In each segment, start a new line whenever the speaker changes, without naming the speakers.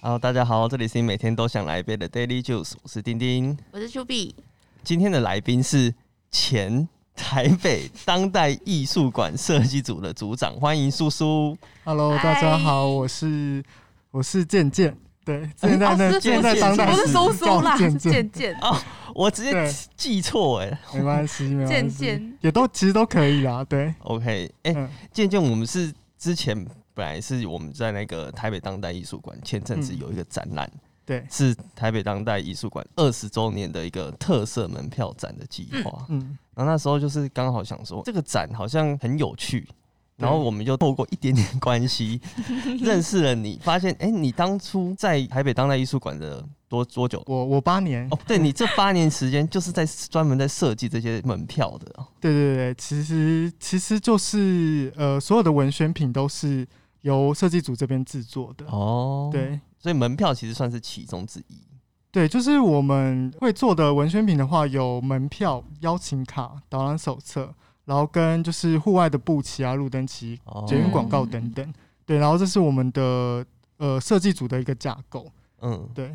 Hello，大家好，这里是每天都想来一杯的 Daily Juice，我是丁丁。
我是 Q B，
今天的来宾是前台北当代艺术馆设计组的组长，欢迎叔叔。
Hello，
嗨
大家好，我是我是健健，对，现在
哦
那
是
现在
健
当代
不是
史
叔叔啦，
叫
是
健健，
健健。
我直接
对
记错哎、
没关系，没关
健
系
健，
也都其实都可以啦，对，
OK，哎、
嗯
渐渐我们是之前本来是我们在那个台北当代艺术馆前阵子
嗯
有一个展览，
对，
是台北当代艺术馆二十周年的一个特色门票展的计划。
嗯，
然后那时候就是刚好想说这个展好像很有趣，然后我们就透过一点点关系认识了你，发现哎、你当初在台北当代艺术馆的多多久？
我我八年，
哦，对你这八年时间就是在专门在设计这些门票的哦，
对对对，其实其实就是呃，所有的文宣品都是由设计组这边制作的，
哦，，
对
所以门票其实算是其中之一。
对，就是我们会做的文宣品的话，有门票、邀请卡、导览手册，然后跟就是户外的布旗啊、路灯旗
哦
捷运广告等等。对，然后这是我们的呃设计组的一个架构。
嗯，
对，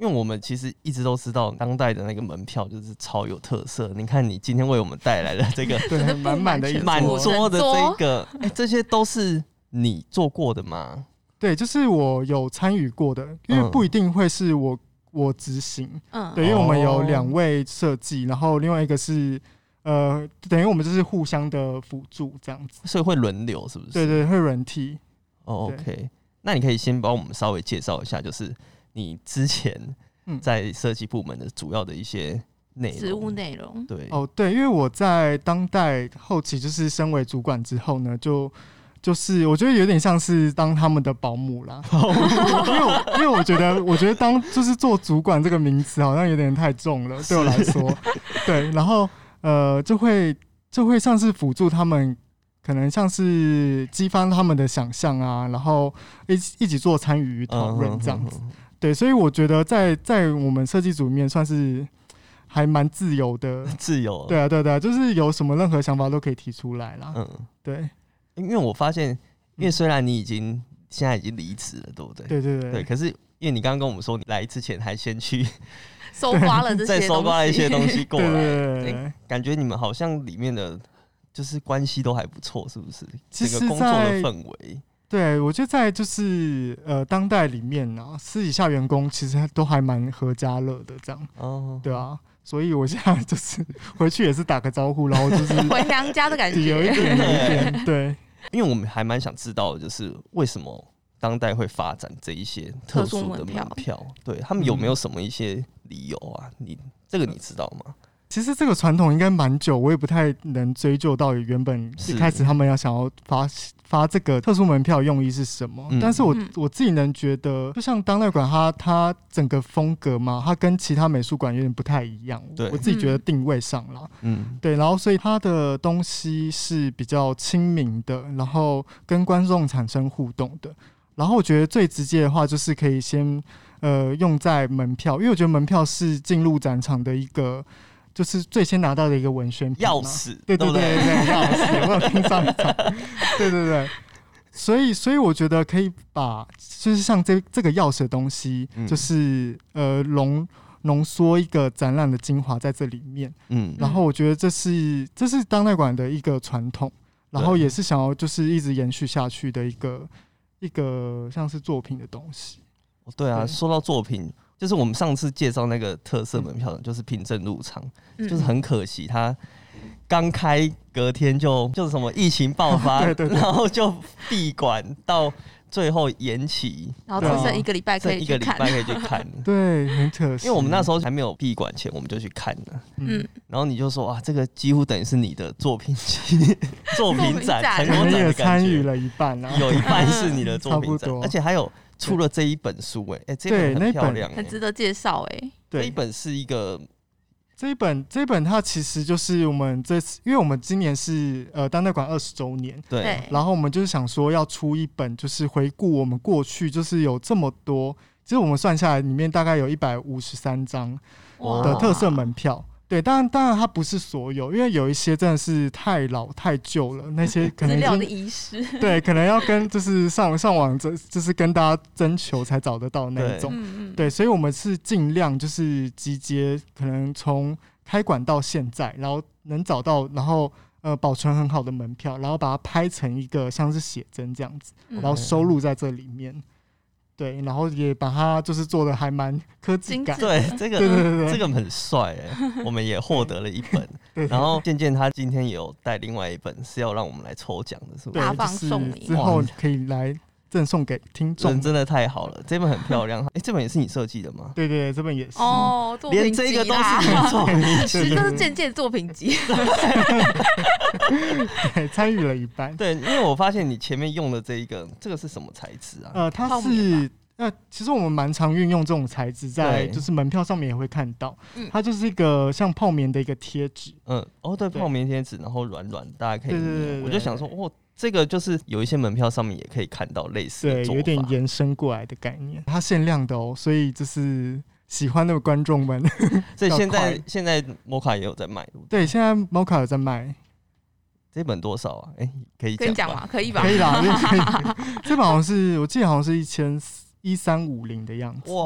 因为我们其实一直都知道当代的那个门票就是超有特色。你看，你今天为我们带来的这 个
对，
的
很满
布
满
满
的一
全
满
部
桌的这个，哎、这些都是你做过的吗？
对，就是我有参与过的，因为
嗯
不一定会是我我执行。
嗯，
对，因为我们有
哦
两位设计，然后另外一个是呃，等于我们就是互相的辅助这样子。
所以会轮流，是不是？
对对，会人替。
哦
对
，OK，那你可以先帮我们稍微介绍一下，就是你之前
嗯
在设计部门的主要的一些内容。
职务内容，
对，
哦，对，因为我在当代后期就是身为主管之后呢，就就是我觉得有点像是当他们的保姆 啦，因为我因为我觉得我觉得当就是做主管这个名词好像有点太重了，对我来说，对，然后呃就会就会像是辅助他们。可能像是激发他们的想象啊，然后一起一起做参与与讨论这样子。
嗯
对，所以我觉得在在我们设计组里面算是还蛮自由的
嗯自由。
对，啊，对啊对啊，就是有什么任何想法都可以提出来啦。
嗯，
对，
因为我发现，因为虽然你已经现在已经离职了，对不对？
对对对，
对，可是因为你刚刚跟我们说，你来之前还先 去
搜刮了这些，
再搜刮了一些东。西过
对对
来，
对对对
感觉你们好像里面的就是关系都还不错，是不是？
其
整
实
个工作的
在
氛围，
对，我觉得在就是呃当代里面呢、私底下员工其实都还蛮合家乐的这样，
哦，
对啊，所以我现在就是回去也是打个招呼，然后就是
回娘家的感
有一
觉，
哎
点有一点对。
因为我们还蛮想知道，就是为什么当代会发展这一些特殊的门票，
特
对他们有没有什么一些理由啊？你这个你知道吗？
其实这个传统应该蛮久，我也不太能追究到底原本一
是
开始他们要想要发发这个特殊门票的用意是什么。
嗯
但是我
嗯
我自己能觉得，就像当代馆它它整个风格嘛，它跟其他美术馆有点不太一样。
对
我自己觉得
嗯
定位上啦，
嗯，
对，然后所以它的东西是比较亲民的，然后跟观众产生互动的。然后我觉得最直接的话，就是可以先呃用在门票，因为我觉得门票是进入展场的一个，就是最先拿到的一个文宣品
钥
嘛
匙，
嗯对
不
对对对，钥匙，我有听上一场，对对对。所以，所以我觉得可以把，就是像这这个钥匙的东西，
嗯
就是呃浓浓缩一个展览的精华在这里面。
嗯
然后我觉得这是这是当代馆的一个传统，然后
对
也是想要就是一直延续下去的一个一个像是作品的东西。
哦对啊，
对
说到作品，就是我们上次介绍那个特色门票，就是凭证入场，
嗯
就是很可惜他。刚开隔天就就什么疫情爆发，
对对对
然后就闭馆，到最后延期，
然后只剩一个礼拜可
这
以
一
去
个礼
看，
拜可以去看。
对，很可惜，
因为我们那时候还没有闭馆前，我们就去看了。
嗯，
然后你就说啊，这个几乎等于是你的作品集、 作品展、成
作品展
我
果
们
展
也
的 感
参与
觉，
了一半啊啦。
嗯有一半是你的作品
差
展
不，多
而且还有出了这一本书、哎、哎，这
对
本很
那
漂
本
亮、哎
很值得介绍哎，
这一
对，
本是一个
这一本这一本它其实就是我们这次，因为我们今年是呃当代馆二十周年，
对
对，
然后我们就是想说要出一本，就是回顾我们过去，就是有这么多，其实我们算下来里面大概有一百五十三张。
哦
哇
的特色门票。对，当然当然它不是所有，因为有一些真的是太老太旧了，那 些可
资
能已
料的
经
遗失，
对，可能要跟就是上上网这就是跟大家征求才找得到那
对
一种。
嗯嗯，
对，所以我们是尽量就是集结，可能从开馆到现在，然后能找到，然后呃保存很好的门票，然后把它拍成一个像是写真这样子，
嗯，
然后收录在这里面。对，然后也把它就是做的还蛮科技
精
感
致，
对，这
对对
个
对
这
对
个很帅 哎，我们也获得了一本。
对，
然后渐渐他今天也有带另外一本是要让我们来抽奖的，是不
对
是？
大放
就是
送你
之后可以来赠送给听众
人。真的太好了，这本很漂亮。哎、这本也是你设计的吗？
对对对，这本也是。
哦，作
连
品
这
集
个都
啦，
是你做的。
其实都是渐渐作品集，
对，参与了一半。
对，因为我发现你前面用的这一个，这个是什么材质啊？
呃，它
泡棉
是呃，其实我们蛮常运用这种材质，在
对
就是门票上面也会看到
嗯，
它就是一个像泡棉的一个贴纸。
嗯，哦，对，
对
泡棉贴纸，然后软软，大家可以
对对
捏
对对
我就想说，哦，这个就是有一些门票上面也可以看到类似的
对，
做
有
法。
点延伸过来的概念，它限量的哦，所以就是喜欢的观众们，
所以现
要
在
快
现在摩卡也有在卖，对不对
对，现在 Mocha 有在卖，
这本多少啊？哎、可以
跟你
讲
讲
吧
嘛，可以吧
可？以啦，可以。 这本好像是我记得好像是一千一三五零的样子，
哇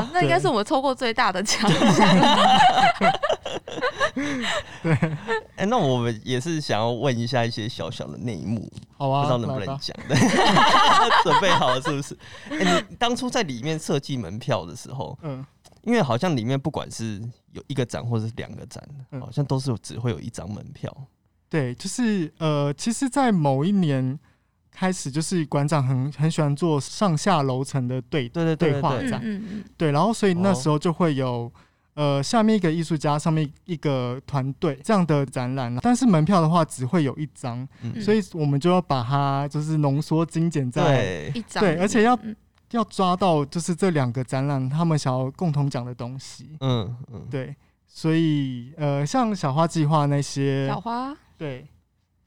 哇，，那应该是我们抽过最大的奖项，
哎、那我们也是想要问一下一些小小的内幕，
好
不
啊，
知道能不
来
能
吧
讲。对 准备好了是不是？哎，你当初在里面设计门票的时候，
嗯，
因为好像里面不管是有一个展或者是两个展，
嗯
好像都是有只会有一张门票。
对，就是呃，其实，在某一年开始，就是馆长很很喜欢做上下楼层的对
对对对
对话
对
嗯
展，
嗯嗯，
对，然后所以那
哦
时候就会有、呃下面一个艺术家，上面一个团队这样的展览啊啦但是门票的话只会有一张，
嗯
所以我们就要把它就是浓缩精简在。
对，
一张，
对，而且要
嗯
要抓到就是这两个展览他们想要共同讲的东西，
嗯嗯，
对，所以呃，像小花计划那些，
嗯小花，
对，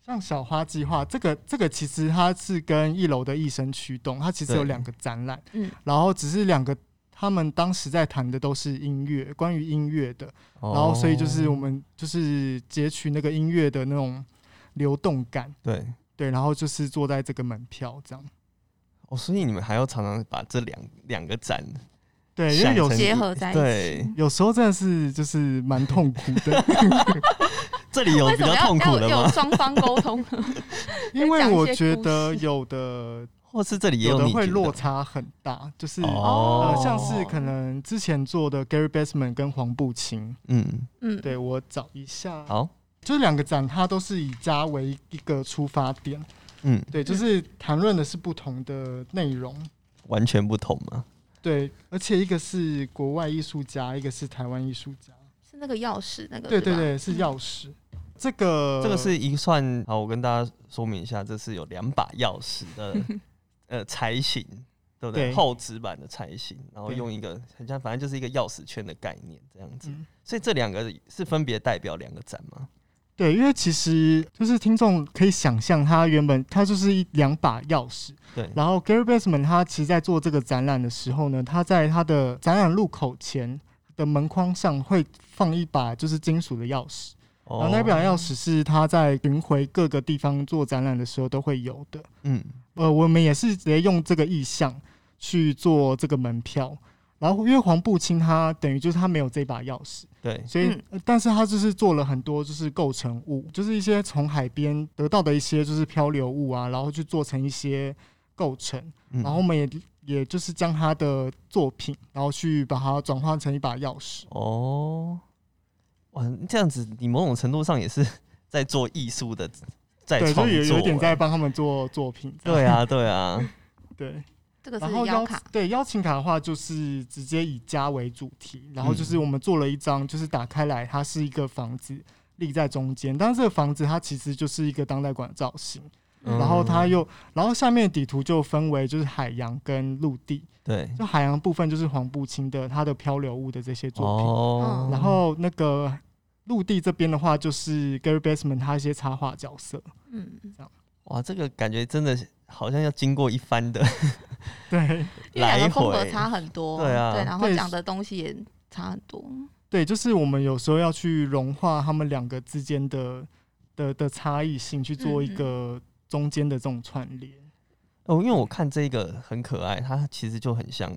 像小花计划这个这个其实它是跟一楼的一生驱动，它其实有
对
两个展览，
嗯
然后只是两个他们当时在谈的都是音乐，关于音乐的，
然
然后所以
哦
就是我们就是截取那个音乐的那种流动感，
对
对，然后就是坐在这个门票这样，
哦，所以你们还要常常把这两两个展
对，因为
想
有
成
结合在一起
对，
有时候真的是就是蛮痛苦的，
这里有
为
比
什么
较痛苦
要
的
要要有
吗？
双方沟通？
因为我
讲一
觉
些故事
得有的
或是这里也
有的
你
会
觉得
落差很大，就是。
哦
呃，像是可能之前做的 Gary Bassman 跟黄步青，
嗯，
嗯，
对我找一下，
好，
就是两个展，它都是以家为一个出发点，
嗯，
对，就是谈论的是不同的内容，
完全不同嘛。
对，而且一个是国外艺术家，一个是台湾艺术家，
是那个钥匙那个，
对
对
对
吧，
对，是钥匙，这
嗯
个嗯
这个是一算好，我跟大家说明一下，这是有两把钥匙 的呃裁型，对不对？
对
厚纸板的裁型，然后
对
用一个很像，反正就是一个钥匙圈的概念这样子。
嗯
所以这两个是分别代表两个展吗？
对，因为其实就是听众可以想象，它原本它就是一两把钥匙，
对，
然后 Gary Bassman 他其实在做这个展览的时候呢，他在他的展览入口前的门框上会放一把就是金属的钥匙，
哦
然后那把钥匙是他在巡回各个地方做展览的时候都会有的。
嗯，
呃，我们也是直接用这个意象去做这个门票。然后因为黄步青他等于就是他没有这把钥匙，
对，
所以、
嗯
呃但是他就是做了很多就是构成物，就是一些从海边得到的一些就是漂流物啊，然后去做成一些构成。
嗯
然后我们也也就是将他的作品，然后去把它转换成一把钥匙。
哦，哇，这样子你某种程度上也是在做艺术的，在
对，
创
就
作、
有有一点在
哎
帮他们做作品。
对啊，对啊，
对，
这个
然
是
后
腰
邀
卡，
对邀请卡的话，就是直接以家为主题，然后
嗯
就是我们做了一张，就是打开来，它是一个房子立在中间，但是这个房子它其实就是一个当代馆的造型，
嗯
然后它又，然后下面底图就分为就是海洋跟陆地，
对，
就海洋部分就是黄步青的他的漂流物的这些作品。
哦，
然后那个陆地这边的话，就是 Gary Bassman 他一些插画角色，
嗯，嗯
哇，这个感觉真的好像要经过一番的
对
因为两
来
个风格
回
差很多，
对啊
然后
对
讲的东西也差很 多。
对，就是我们有时候要去融化他们两个之间的的的差异性，去做一
嗯嗯
个中间的这种串联。
哦，因为我看这个很可爱，它其实就很像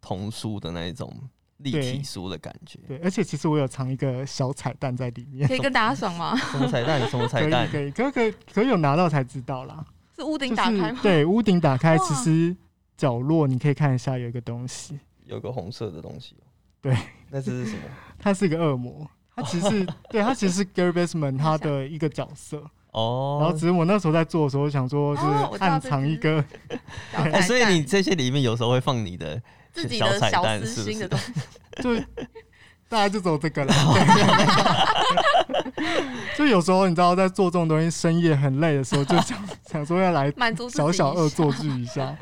童书的那一种立体
对
书的感觉。
对，而且其实我有藏一个小彩蛋在里面，
可以跟大家爽吗？
什么彩蛋？什么
可
彩
以
蛋？
可以，可可可有拿到才知道啦。
是屋顶
就
打开
是
吗？
对，屋顶打开，
哇
其实角落你可以看一下有一个东西，
有个红色的东西哦。
对，
那这是什么？
它是一个恶魔，它其实是 对，它其实是 Gary Basman 他的一个角色。然后
哦
只，是我那时候在做的时候，想说就
哦我
是
知道
暗
这
藏一
只
个
小
哎，
彩
所以
蛋
你这些里面有时候会放你的
自己的
小彩
小
蛋
私
是不
心
是
的东西，
就大家就走这 个了。就有时候你知道，在做这种东西，深夜很累的时候，就想 想说要来
满足自己
小小恶
一下
作剧一 下。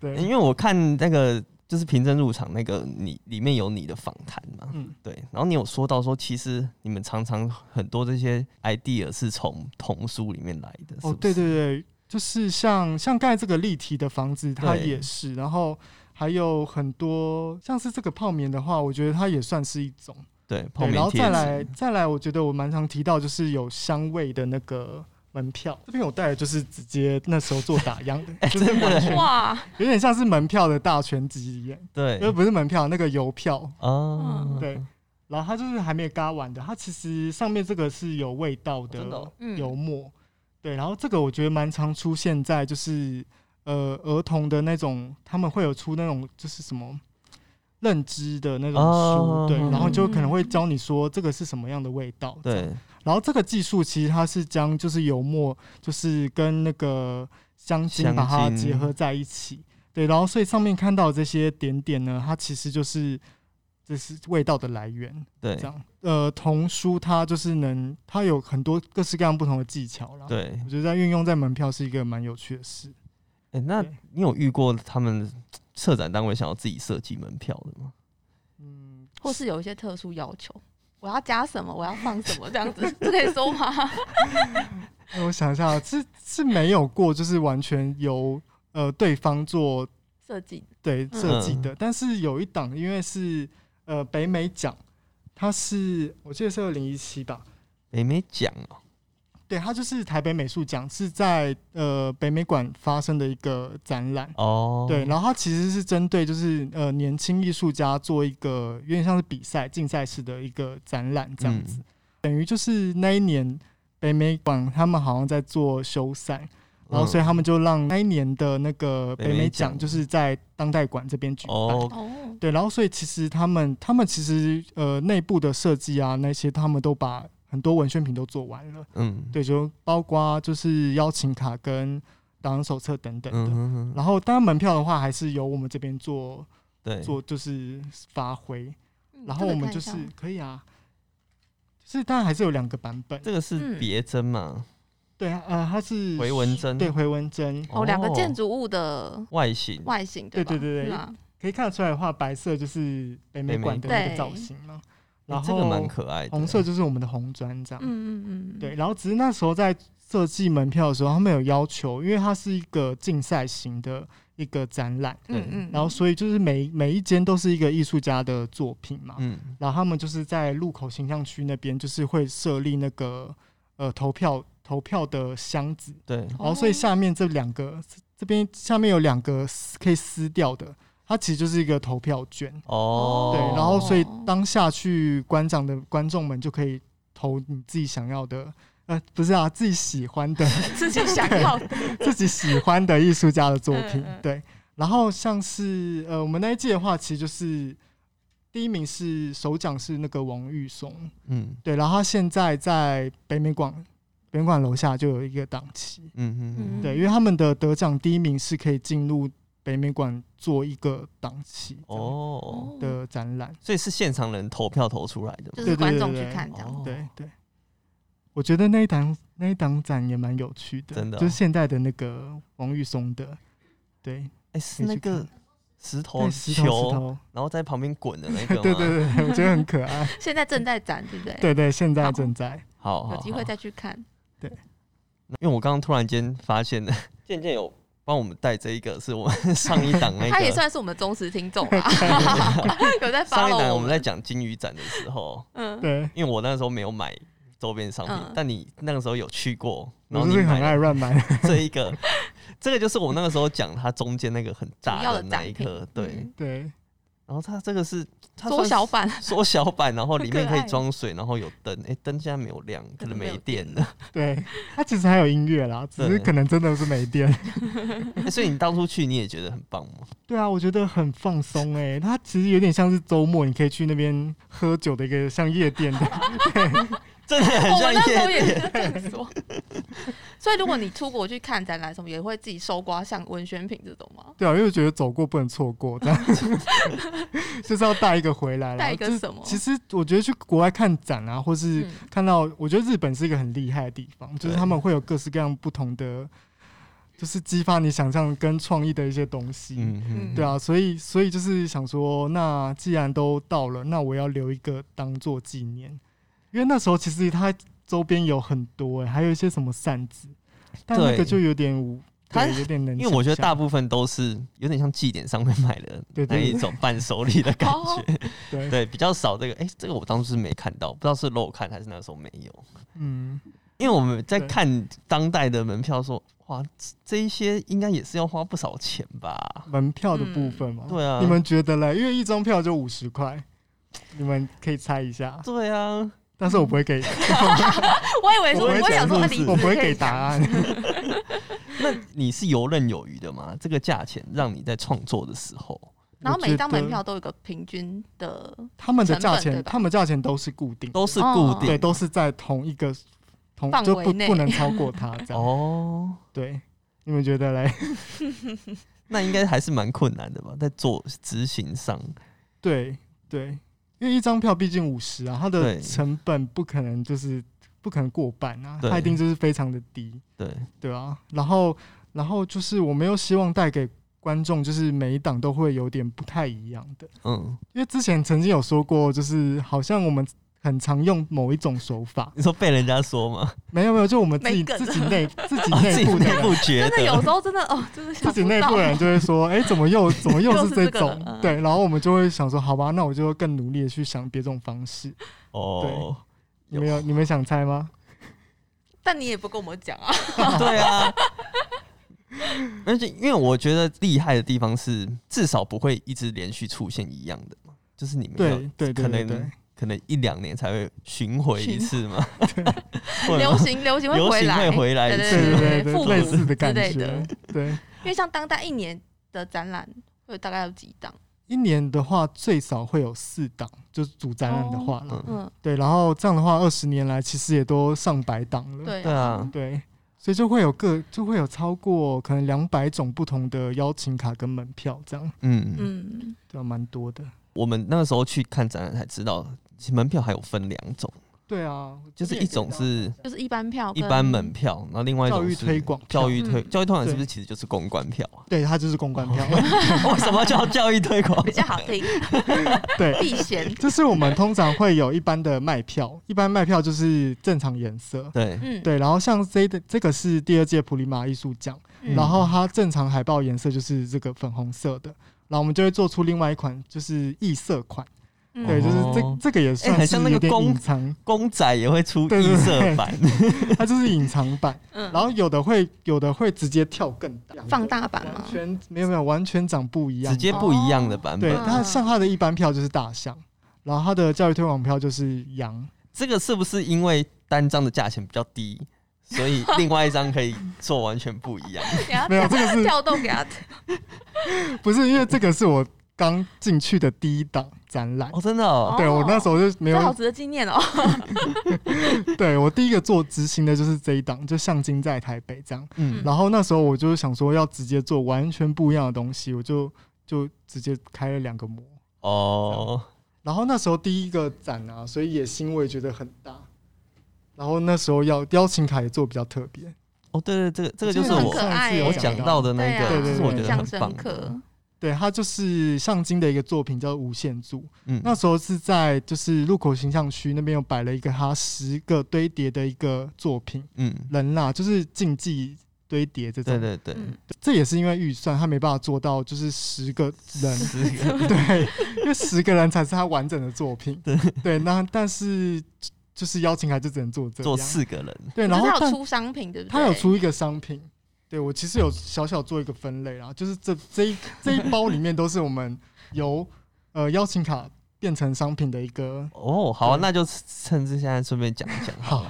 对，
因为我看那个就是凭证入场那个你里面有你的访谈嘛，
嗯，
对，然后你有说到说，其实你们常常很多这些 idea 是从童书里面来的，
哦
是，不
对
是，
对对，就是像像刚才这个立体的房子，它
对
也是，然后还有很多像是这个泡棉的话，我觉得它也算是一种。
对，泡
对，然
面
后
贴
再来
纸，
再来，我觉得我蛮常提到就是有香味的那个门票，这边我带的就是直接那时候做打样的， 就是
哎真的
完全
哇，
有点像是门票的大全集一样，呃
对
因为不是门票，那个邮票。
嗯
啊，
对，然后它就是还没嘎完的，它其实上面这个是有味道的
真的哦
嗯
油墨，对，然后这个我觉得蛮常出现在就是呃儿童的那种，他们会有出那种就是什么认知的那种书，
哦
对，然后就可能会
嗯
教你说这个是什么样的味道，这样
对，
然后这个技术其实它是将就是油墨就是跟那个香精
香
把它
精
结合在一起，对，然后所以上面看到这些点点呢，它其实就是这是味道的来源，
对
这，样。呃，童书它就是能，它有很多各式各样不同的技巧啦。，
对，
我觉得在运用在门票是一个蛮有趣的事。
哎，那
对
你有遇过他们策展单位想要自己设计门票的吗？
嗯，
或是有一些特殊要求，我要加什么，我要放什么，这样子 这可以说 吗？
那我想一下，是是没有过，就是完全由呃对方做
设计
对
嗯
设计的，但是有一档因为是呃北美奖，它是我记得是二零一七吧，
也没讲哦，
对，它就是台北美术奖是在呃北美馆发生的一个展览，
哦，
对，然后它其实是针对就是呃年轻艺术家做一个有点像是比赛竞赛式的一个展览这样子，
嗯
等于就是那一年北美馆他们好像在做修缮，然后所以他们就让那一年的那个
嗯北
北
美
美
奖
奖就是在当代馆这边举办。
哦，
哦，
对，然后所以其实他们他们其实呃内部的设计啊那些，他们都把很多文宣品都做完了，
嗯，
对，就包括就是邀请卡跟导航手册等等
嗯
的。
哼哼，
然后当然门票的话，还是由我们这边做
对，
做就是发挥，
嗯
然后我们就是、可以啊，就是当然还是有两个版本，
这个是
嗯
别针嘛，
对啊，呃，它是
回纹针，
对回纹针，
哦，两个建筑物的
外形，
外形，
对
吧？
对对对
是吗
可以看得出来的话，白色就是
北
北美
美
馆的那个
对
造型嘛，
哎
然
这个蛮
后
可爱的，
红色就是我们的红砖这样，
嗯嗯嗯，
对，，然后只是那时候在设计门票的时候，他们有要求，因为它是一个竞赛型的一个展览，
嗯嗯，
然后所以就是每每一间都是一个艺术家的作品嘛，
嗯，
然后他们就是在路口形象区那边，就是会设立那个呃投票投票的箱子，
对，
哦
然后所以下面这两个、这边下面有两个撕可以撕掉的，它其实就是一个投票卷，
哦，
对，然后所以当下去观赏的观众们就可以投你自己想要的。呃，不是啊，自己喜欢 的、
自己想要的，
自己喜欢的艺术家的作品
嗯嗯，
对。然后像是呃，我们那一届的话，其实就是第一名是首奖是那个王玉松，
嗯
对，然后他现在在北美馆，北美馆楼下就有一个档期，
嗯嗯嗯，
对，因为他们的得奖第一名是可以进入北美馆做一个档期这样
哦，
的展览，
所以是现场人投票投出来的嘛，
就是
对对
观众
对
去
对
看这样，
哦
对对。我觉得那一档那一档展也蛮有趣的，
真的哦
就是现在的那个王玉松的，对，
哎，是那
可以
个
去
石头
对，石头石
哦球，
头，
然后在旁边滚的那个
对
吗，
对对对，我觉得很可 爱，
现在正在展，对不对？，
对对，现在
好
正在，
好，好，
有机会
好
再去看。
因为我刚刚突然间发现了，渐渐有帮我们带这一个是我们上一档
哦
那个，
他也算是我们的忠实听众吧， 有在
上
发
一档
了
我们在讲金鱼展的时候，
嗯，
对，
因为我那时候没有买周边商品，
嗯
但你那个时候有去过，然
我
后
就
你
是
买
很爱
了
乱买。
这一个，这个就是我那个时候讲它中间那个很
主
大
要
的
的
那
展
一
品
颗，对，
嗯
对，
然后它这个是它
缩
算
小版，
缩小版，然后里面
很
可
可
以
爱
装水，然后有灯，哎、灯现在没有亮，可
可
能
能没
没
有
电了、
对，它其实还有音乐啦，只
对
是可能真的是没电。
诶所以你当初去你也觉得很棒 吗？
对啊，我觉得很放松哎、它其实有点像是周末你可以去那边喝酒的一个像夜店的，
真的很
我
像
们那时候
夜
也
店，
是这样说。所以，如果你出国去看展览什么，也会自己搜刮像文宣品这种吗？
对啊，因为我觉得走过不能错过，这 样就是要带一个回来啦。
带一个
就是
什么
其实我觉得去国外看展啊，或是
嗯
看到，我觉得日本是一个很厉害的地方，就是他们会有各式各样不同的，就是激发你想象跟创意的一些东西。
嗯
对，啊，所以所以就是想说，那既然都到了，那我要留一个当做纪念，因为那时候其实它周边有很多、欸，还有一些什么扇子，但那
对
个就有点无，
它
对，有点能想象，
因为我觉得大部分都是有点像祭典上面买的
对
那
对
一种伴手礼的感
哦
觉，
对，
对，比较少这个。哎、这个我当时没看到，不知道是漏看还是那时候没有。
嗯，
因为我们在
对
看当代的门票说哇，这这一些应该也是要花不少钱吧？
门票的
嗯
部分
哦
嘛，
对啊
你们觉得嘞？因为一张票就五十块，你们可以猜一下，
对啊，
但是我不会
我
给，
以为说，
我不会
哎我想
讲
说
故
他
事
理智
我不会
可以
给答
讲
案，
那你是游刃有余的吗？这个价钱让你在创作的时候，
然后每一张
我觉得
门票都有一个平均的，
他们的
成
价
本
钱，
对吧
他们价钱都是固定的，
都是固定
哦对，都是在同一个同
范
就
围
不
内
不能超过它 这样。
哦。
对，你们觉得嘞？
那应该还是蛮困难的吧，在做执行上，
对对，因为一张票毕竟五十啊，它
对
的成本不可能就是不可能过半啊，
对
它一定就是非常的低，
对，
对啊。然后然后就是我没有希望带给观众，就是每一档都会有点不太一样的，
嗯，
因为之前曾经有说过，就是好像我们。很常用某一种手法，
你说被人家说吗？
没有没有，就我们自
没
己
梗
自己 内自己
哦
内
自己
部的
内
人
部觉
真的有
得，
时候真的哦，真的想
自己
不
内
到
部人就 会说，哎、怎么又怎么又
又
是
是
这
这个
种？
嗯
对，然后我们就会想说，好吧，那我就更努力的去想别种方式。
哦，
你们有你们想猜吗？
但你也不跟我们讲啊，
对啊，而且因为我觉得厉害的地方是，至少不会一直连续出现一样的嘛，就是你们
对
有
对对
可
对
能
对
可能一两年才会巡回一
巡
次嘛，对
流行流行
流
会回
行
来，
会回来一
对
次
对
嘛，
对
复
对，
古
类似的
之
感
类
觉
的。
对，
因为像当代一年的展览会有大概有几档，
一年的话最少会有四档，就是主展览的话啦、
嗯
嗯，
对，然后这样的话，二十年来其实也都上百档
嗯
了。
对
对啊，
对所以就会有各就会有超过可能两百种不同的邀请卡跟门票，这样
嗯
嗯，
对、啊，蛮多的。
我们那个时候去看展览才知道，其实门票还有分两种，
对啊，
就是一种是
就是一般票
一
跟
般门票，然后另外一种
教育
是
推广票
教育推
嗯
教育推广是不是
对
其实就是公关票 啊？
对，它就是公关票。
为什么叫教育推广？
比较好听，
对，
避嫌，
就是我们通常会有一般的卖票，一般卖票就是正常颜色。
对，
嗯，
对，然后像这的这个是第二届普利马艺术奖，
嗯，
然后它正常海报颜色就是这个粉红色的，然后我们就会做出另外一款就是异色款，
嗯
对，就是
哦
这这个也
哎很
算是
像那个
有点
公
隐藏，
公仔也会出
对
异
对
色
对
版，
它就是隐藏 版，
嗯
然后有的会有的会直接跳更大，
放大版
完
嘛，
全没有没有完全长不 一样，
直接不一样的版
对，
本。
嗯
它像它的一般票就是大象，然后它的教育推广票就是羊，
这个是不是因为单张的价钱比较低，所以另外一张可以做完全不一 样？
给他
没有这个是
跳动给他，
不是因为这个是我刚进去的第一档展览，
哦，真的哦，
对我那时候就没
这好
有，
值得纪念哦，
对我第一个做执行的就是这一档，就象精在台北这样。
嗯，
然后那时候我就想说要直接做完全不一样的东西，我就就直接开了两个模。
哦，
然后那时候第一个展啊，所以野心我也觉得很大。然后那时候要邀请卡也做比较特别，
哦，对对，这个这个就
这
是
个很
我
可爱
上一次有
我
欸
讲到的那
对
个，
对
就
对
是
啊，
我
对
觉得
象
很棒
深
的。
刻，
对，它就是象精的一个作品叫《无限住》。
嗯，
那时候是在就是路口形象区那边有摆了一个它十个堆叠的一个作品，
嗯
人啦、就是竞技堆叠这种
对，对对，
嗯，
这也是因为预算他没办法做到，就是十个人
十个
对，因为十个人才是他完整的作品。对那但是就是邀请函就只能做 这样。
做四个人，
对，
可
然
是
后
他有
但
出商品，对不对？
他有出一个商品，对我其实有小小做一个分类啦，就是这这一这一包里面都是我们由呃邀请卡变成商品的一个
哦，好啊、
对
那就趁这现在顺便 讲一讲。
好，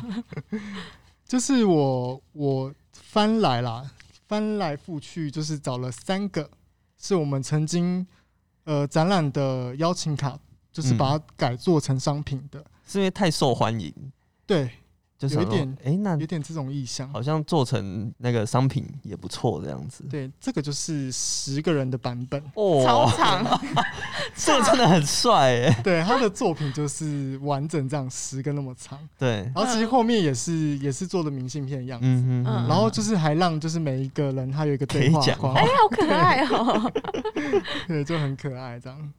就是我我翻来啦，翻来覆去就是找了三个，是我们曾经呃展览的邀请卡，就是
嗯
把它改做成商品的，
是因为太受欢迎，
对，
就
有
是
一点
哎、诶那
有点这种意向。
好像做成那个商品也不错这样子。
对，这个就是十个人的版本。
超
哦，
长，
这个真的很帅哎。
对，他的作品就是完整这样十个那么长，
对，
然后其实后面也是也是做的明信片一样，
嗯
嗯
然后就是还让就是每一个人他有一个
可
对
以
话
讲
框
话
哎，好可爱哦。
对，就很可爱这样。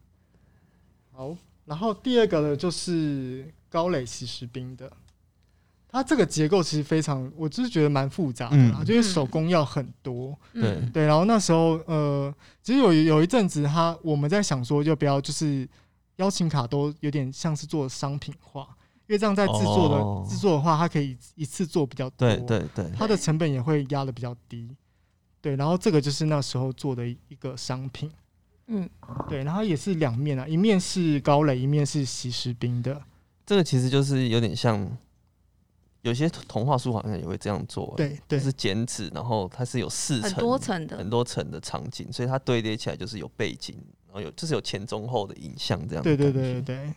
好，然后第二个呢，就是高磊骑士兵的，它这个结构其实非常，我就是觉得蛮复杂的啦，
嗯
就是手工要很多。
对
嗯，
对，然后那时候呃，其实有有一阵子他，我们在想说，要不要就是邀请卡都有点像是做商品化，因为这样在制作的、
哦
制作的话，它可以一次做比较多。
对对对，
它的成本也会压的比较低。对，然后这个就是那时候做的一个商品。
嗯，
对，然后也是两面啊，一面是高磊，一面是习石兵的。
这个其实就是有点像，有些童话书好像也会这样做，，
对
就
对
是剪纸，然后它是有四层
很多层的
很多层的场景，所以它堆叠起来就是有背景，然后有就是有前中后的影像这样的
对对
感觉。
对对对，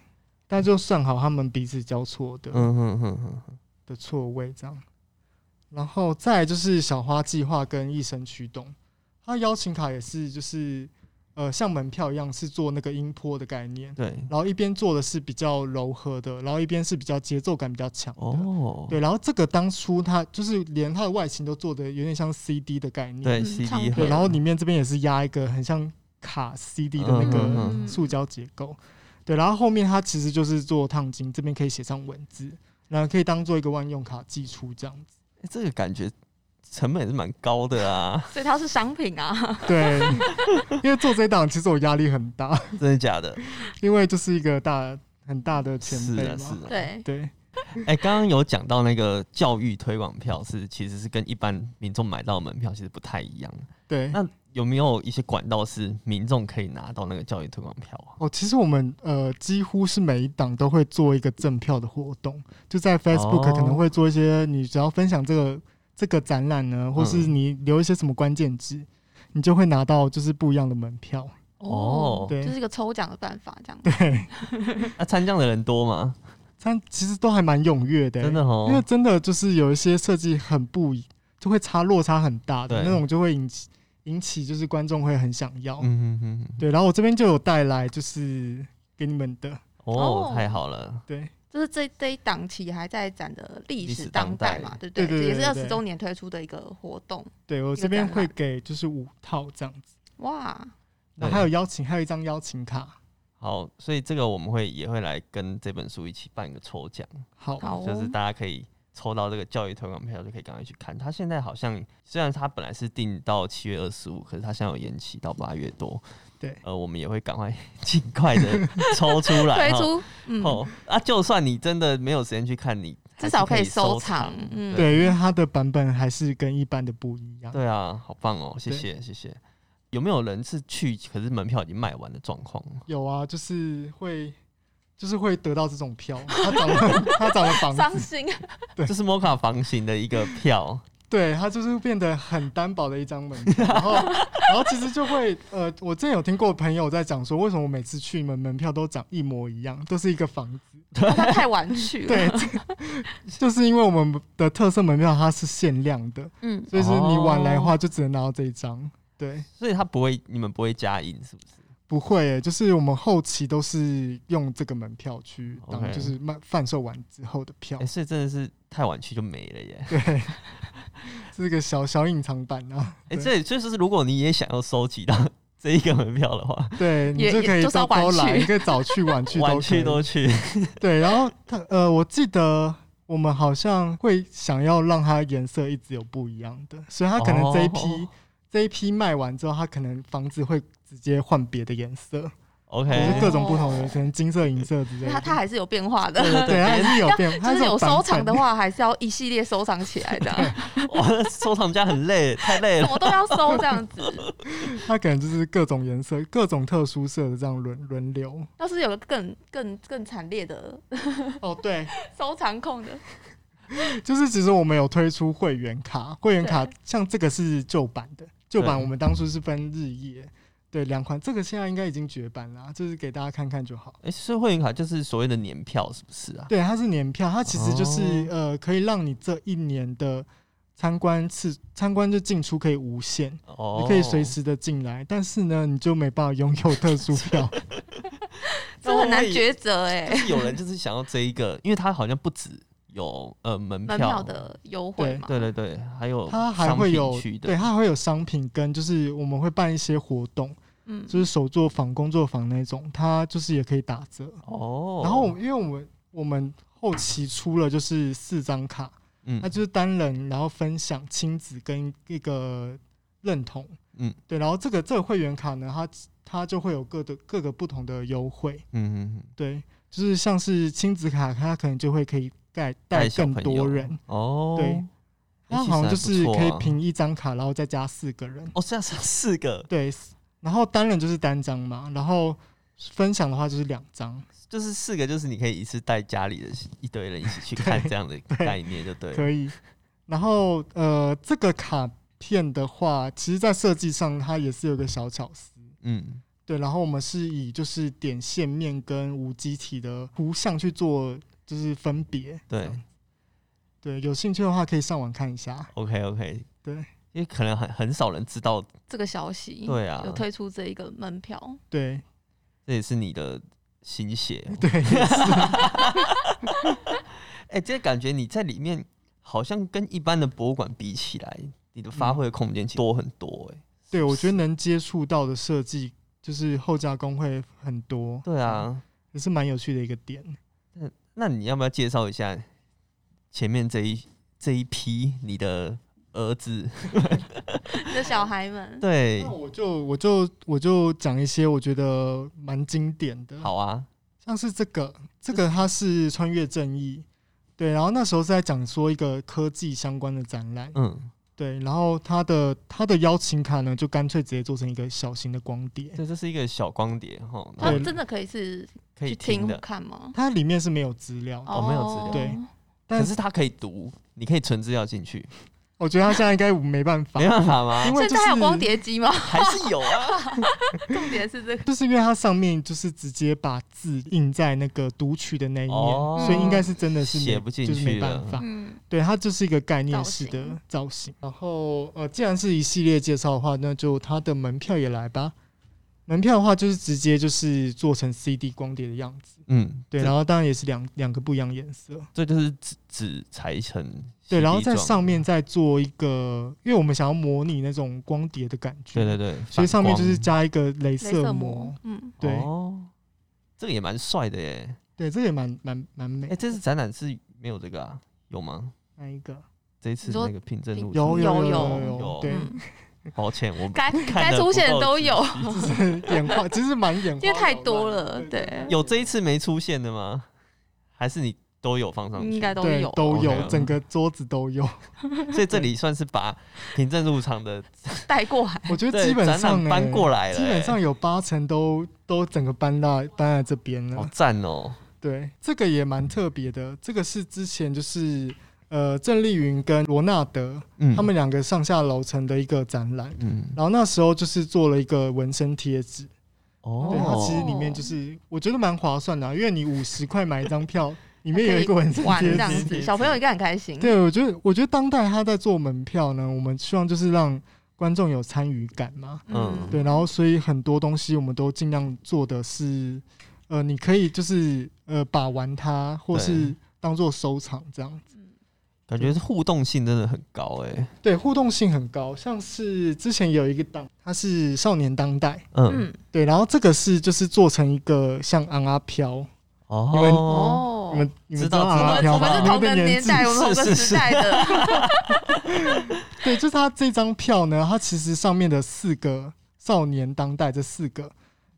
但就算好他们彼此交错的、
嗯哼哼哼哼，
的错位这样。然后再来就是小花计划跟一生驱动，它邀请卡也是就是呃像门票一样是做那个音波的概念，
对，
然后一边做的是比较柔和的，然后一边是比较节奏感比较强的。
哦，
对，然后这个当初它就是连它的外形都做的有点像 CD 的概念，
对
嗯唱
CD，
片
盒
对，然后里面这边也是压一个很像卡 CD 的那
嗯
个
嗯
塑胶结构，对，然后后面它其实就是做烫金，这边可以写上文字，然后可以当做一个万用卡寄出这样子，
诶这个感觉成本也是蛮高的啊，
所以它是商品啊，
对， 因为做这一档其实我压力很大，
真的假的？
因为就是一个大很大的前
是
辈
啊，
嘛，
是啊。
对，
对
哎、刚刚有讲到那个教育推广票是，其实是跟一般民众买到的门票其实不太一样。
对。
那有没有一些管道是民众可以拿到那个教育推广票啊？
哦，其实我们呃几乎是每一档都会做一个赠票的活动，就在 Facebook
哦
可能会做一些，你只要分享这个这个展览呢，或是
嗯
你留一些什么关键字，你就会拿到就是不一样的门票。
哦
这
对
是一个抽奖的办法，这样。
对，
那啊参加的人多吗？
但其实都还蛮踊跃的欸、
真的哦
因为，真的就是有一些设计很不一，就会差落差很大的
对
那种，就会引起引起就是观众会很想要。
嗯哼哼哼，
对，然后我这边就有带来就是给你们的，
哦
哦，
太好了，
对
就是这这一档期还在展的历
历
史
史
当
当
代
代
嘛，对不对？
对对
这也
对
是二
对
十周年推出的一个活动，
对，我
个
这边
展
会
览
给就是五套这样子。
哇，
然后还有邀请，还有一张邀请卡。
好，所以这个我们会也会来跟这本书一起办一个抽奖，
好，
好哦，
就是大家可以抽到这个教育推广票，就可以赶快去看。它现在好像虽然它本来是定到七月二十五，可是它现在有延期到八月多。
对，
呃，我们也会赶快 尽快的抽出来
推
哈。
出，嗯，
哦，啊，就算你真的没有时间去看，你还
至
是
少
可
以
收
收藏，嗯，
对，因为它的版本还是跟一般的不一样。
对啊，好棒哦，谢
对
谢谢谢。有没有人是去，可是门票已经卖完的状况？
有啊，就是会，就是会得到这种票。它长了，它长了房
伤
子，
心，
对
这是摩卡房型的一个票，
对，它就是变得很单薄的一张门票。然后，然后其实就会，呃，我之前有听过朋友在讲说，为什么我每次去门门票都长一模一样，都是一个房子？
哦它太晚去了，
对， 就是因为我们的特色门票它是限量的，
嗯，
所以是你晚来的话就只能拿到这一张。对，
所以他不会，你们不会加印，是不是？
不会、欸，就是我们后期都是用这个门票去当，
OK
就是卖贩售完之后的票
哦
哎、，所以真的是太晚去就没了耶。
对，这是个小小隐藏版啊。
哎、
对
所以就是如果你也想要收集到这一个门票的话，
对你
也
就可以
也就是要
都都
晚
来，
去
你可以早去晚去都
晚
可以
去都去。
对。然后他呃，我记得我们好像会想要让它颜色一直有不一样的，所以它可能这一批、
哦
这一批卖完之后，它可能房子会直接换别的颜色，就是
，OK，
各种不同的，可能金色、银色之类
哦它
的。
它还是有变化的。
对
对，它还是有变，它
就是有
版
收藏
本
的，话，还是要一系列收藏起来的，
哇，那收藏家很累，太累
什
了。
么都要收这样子。
它可能就是各种颜色、各种特殊色的这样轮轮流。
要是有个更更更惨烈的
哦，对，
收藏控的，
就是其实我们有推出会员卡，会员卡
对
像这个是旧版的，旧版
对
我们当初是分日夜，对两款，这个现在应该已经绝版啦，就是给大家看看就好。
哎、所以会员卡就是所谓的年票，是不是啊？
对，它是年票，它其实就是、
哦
呃，可以让你这一年的参观次参观就进出可以无限，
哦
你可以随时的进来，但是呢，你就没办法拥有特殊票。
这很难抉择
就
哎。
是有人就是想要这一个，因为它好像不止有呃门票
门票，的优惠嘛，
对对对，还有
它还
商
会
品
有
区，的，
对，它还会有商品跟就是我们会办一些活动，
嗯，
就是手作坊、工作坊那种，它就是也可以打折。
哦，
然后因为我们我们后期出了就是四张卡，
嗯
它就是单人，然后分享亲子跟一个认同，
嗯
对，然后这个这个会员卡呢，它它就会有各的各个不同的优惠，
嗯嗯
对，就是像是亲子卡，它可能就会可以带带
带小
更
朋友
多人，
哦，
对
诶，其
它好
实
像
还不
就是
错
可以
啊
凭一张卡，然后再加四个人，
哦，这样是四个，
对，然后单人就是单张嘛，然后分享的话就是两张，
就是四个，就是你可以一次带家里的一堆人一起去看这样的概念，就对了。
可以。然后呃，这个卡片的话，其实在设计上它也是有个小巧思。
嗯，
对，然后我们是以就是点线面跟无机体的图像去做就是分别。
对
对，有兴趣的话可以上网看一下。
，OK OK，
对，
因为可能很很少人知道，
这个消息，
对啊
嗯有，推出这一个门票，
对
这也是你的心血。
对，是
哎、这感觉你在里面好像跟一般的博物馆比起来，你的发
嗯
挥的空间其实多很多、哎，
对我觉得能接触到的设计就是后加工会很多。
对，啊，
也是蛮有趣的一个点。
那你要不要介绍一下前面这一这一批你的儿子？
你的小孩们，
对
那，我就我就我就讲一些我觉得蛮经典的。
好嗯啊，
像是这个，这个它是穿越正义，对，然后那时候是在讲说一个科技相关的展览，
嗯，
对，然后它的它的邀请卡呢，就干脆直接做成一个小型的光碟，
对，这是一个小光碟哈，
他
然后
对
真的可以是
可以
去
听
听
的，
看吗？
它里面是没有资料的，
哦没有资料
对，
可
但
是它可以读，你可以存资料进去，
我觉得它现在应该没办法
没，办法吗
因？为
现
就
在还有
是
光，碟机吗？
还是有 啊，
重点是这个，
就是因为它上面就是直接把字印在那个读取的那一面，
哦
所以应该是真的是没
写不进
就是没
去
办
了
法，
嗯，
对，它就是一个概念
造
式的
型
造型。然后呃，既然是一系列介绍的话，那就它的门票也来吧。门票的话，就是直接就是做成 CD 光碟的样子，
嗯，
对，
这
然后当然也是两两个不一样颜色，
这就是纸纸裁成，
对，然后在上，面再做一个，因为我们想要模拟那种光碟的感觉，
对对对，
所以上面就是
反
加一个
镭
镭射
射
膜
膜，，嗯，
对、
光哦，这个也蛮帅的耶，
对，这个也蛮蛮蛮美
哎、。这次展览是没有这个啊，有吗？
那一个
这一次
你说
那个凭证入
有
场
有
有
有
有有
对，
嗯
抱歉，我
该
看
该
得
出
不
现的
够
都
仔
有，
就是 眼花，其实蛮眼花，
因为太多了对
有这一次没出现的吗？还是你都有放上去？
应该都
对
有，
都有，
OK 嗯
整个桌子都有。
所以这里算是把凭证入场的
带过来，
我觉得基
对
本
展览
上、欸、
搬过来了、哎
基本上有八成都都整个搬到搬在这边
好
了。
赞哦、
对，这个也蛮特别的。这个是之前就是呃郑丽云跟罗纳德
嗯，
他们两个上下楼层的一个展览，
嗯
然后那时候就是做了一个纹身贴纸。对，它其实
哦，
里面就是我觉得蛮划算的啊、因为你五十块买一张票，里面有一个纹身
玩
贴
这样子，
纸。
小朋友应该很开心，
对，我觉得我觉得当代他在做门票呢，我们希望就是让观众有参与感嘛。
嗯
对，然后所以很多东西我们都尽量做的是，呃，你可以就是呃把玩它，或
对
是当做收藏这样子。
感觉是互动性真的很高哎、
对，互动性很高，像是之前有一个档，它是少年当代，
嗯，
嗯，
对，然后这个是就是做成一个像昂阿飘，
哦，
因为
哦，哦
你们你们
知道
阿
知道
拉
我们
飘
我
吧
们是？
你们
同
的
个年
纪
代，我们同个
是是
时 代的，
对，就是他这张票呢，它其实上面的四个少年当代这四个，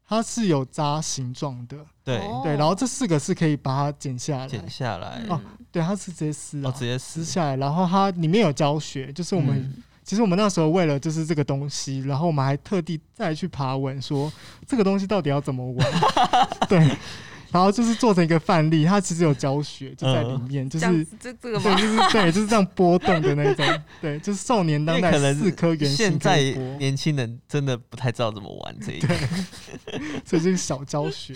它是有扎形状的，
对，
哦
对，然后这四个是可以把它剪下来，
剪下来，
哦
嗯
对，它是直接撕
哦，
啊，
直接
撕
撕
下来，然后它里面有教学，就是我们、
嗯
其实我们那时候为了就是这个东西，然后我们还特地再去爬文说这个东西到底要怎么玩， 对，然后就是做成一个范例，它其实有教学就在里
嗯
面，就
这
是
样子这这个
对，
吗？
就是对，就是这样波动的那种，对，就是少年当
因
代
为可能
四颗原
现
型
在
可以播
年轻人真的不太知道怎么玩这一个，
所以这是小教学。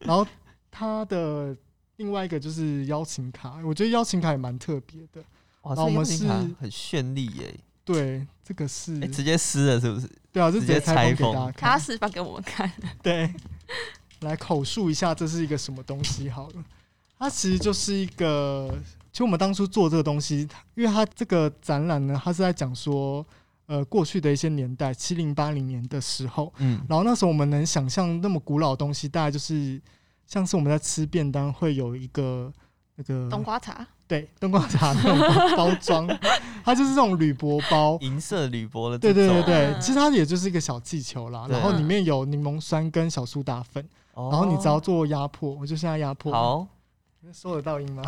然后它的另外一个就是邀请卡，我觉得邀请卡也蛮特别的。
哇，
然后我
这邀
们
请卡
是
很绚丽耶，
对，这个是
哎，直接撕了是不是？
对啊，就
直
直
接
接
拆
拆封给
封
大家
他
看。
示范给我们看，
嗯
对，来口述一下这是一个什么东西好了。它其实就是一个，其实我们当初做这个东西，因为它这个展览呢，它是在讲说，呃，过去的一些年代，七零八零年的时候，
嗯，
然后那时候我们能想象那么古老的东西，大概就是像是我们在吃便当会有一个那个
冬瓜茶，
对冬瓜茶那种包装， 它就是这种铝箔包。
银色铝箔的
对
这
对
种
对对，
嗯
其实它也就是一个小气球啦，
对
然后里面有柠檬酸跟小苏打粉，
哦
然后你只哦要做压迫，我就现在压迫，
好，
收得到音吗？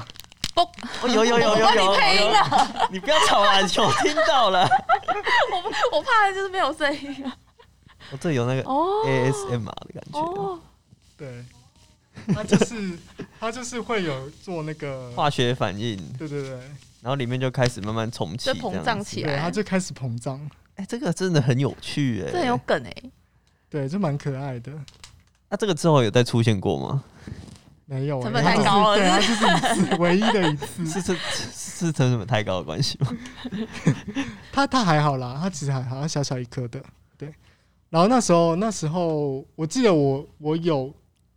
哦有有有有
我帮
有，
你配音
有你不要吵啊，有听到了，
我怕的就是没有 声
哎
音啊。
我这有那个
哦
哎 ASMR 的感觉，
哦，
对，它就是它就是会有做那个，
化学反应，
对对对，
然后里面就开始慢慢重启，
就膨胀。起
对，
来
它，就开始膨胀，
哎，这个真的很有趣
这很
哎
有，梗哎。
对，就蛮可爱的。
那这个之后有再出现过吗？
没有欸、
成本
它
太
就是
高了
对，它就是一次唯一的一次。
是这是是成什么太高的关系吗？
它它还好啦，它其实还好，它小小一颗的。对，然后那时候那时候我记得我我有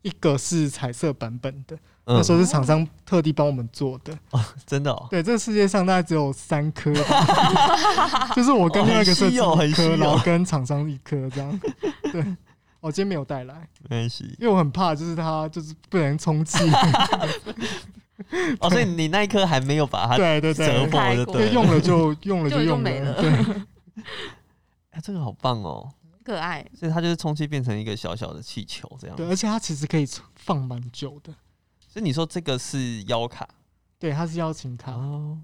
一个是彩色版本的， 那
嗯
时，候是厂商特地帮我们做的。
真的哦，
对，这个世界上大概只有三颗吧， 就是我跟另外一个设计
哦很
一
稀有
颗，
很稀有
然后跟厂商一颗这样。对，我今天没有带来，
没关系。
因为我很怕就是它就是不能充 气。
哦，所以你那一颗还没有把它
对对
折
对，
破就
就
对了。
用了就用了
就
用
没了
对。
哎，这个好棒哦！
可爱，
所以它就是充气变成一个小小的气球这样。
对，而且它其实可以放蛮久的。
所以你说这个是腰卡
对，它是邀请卡。
哦，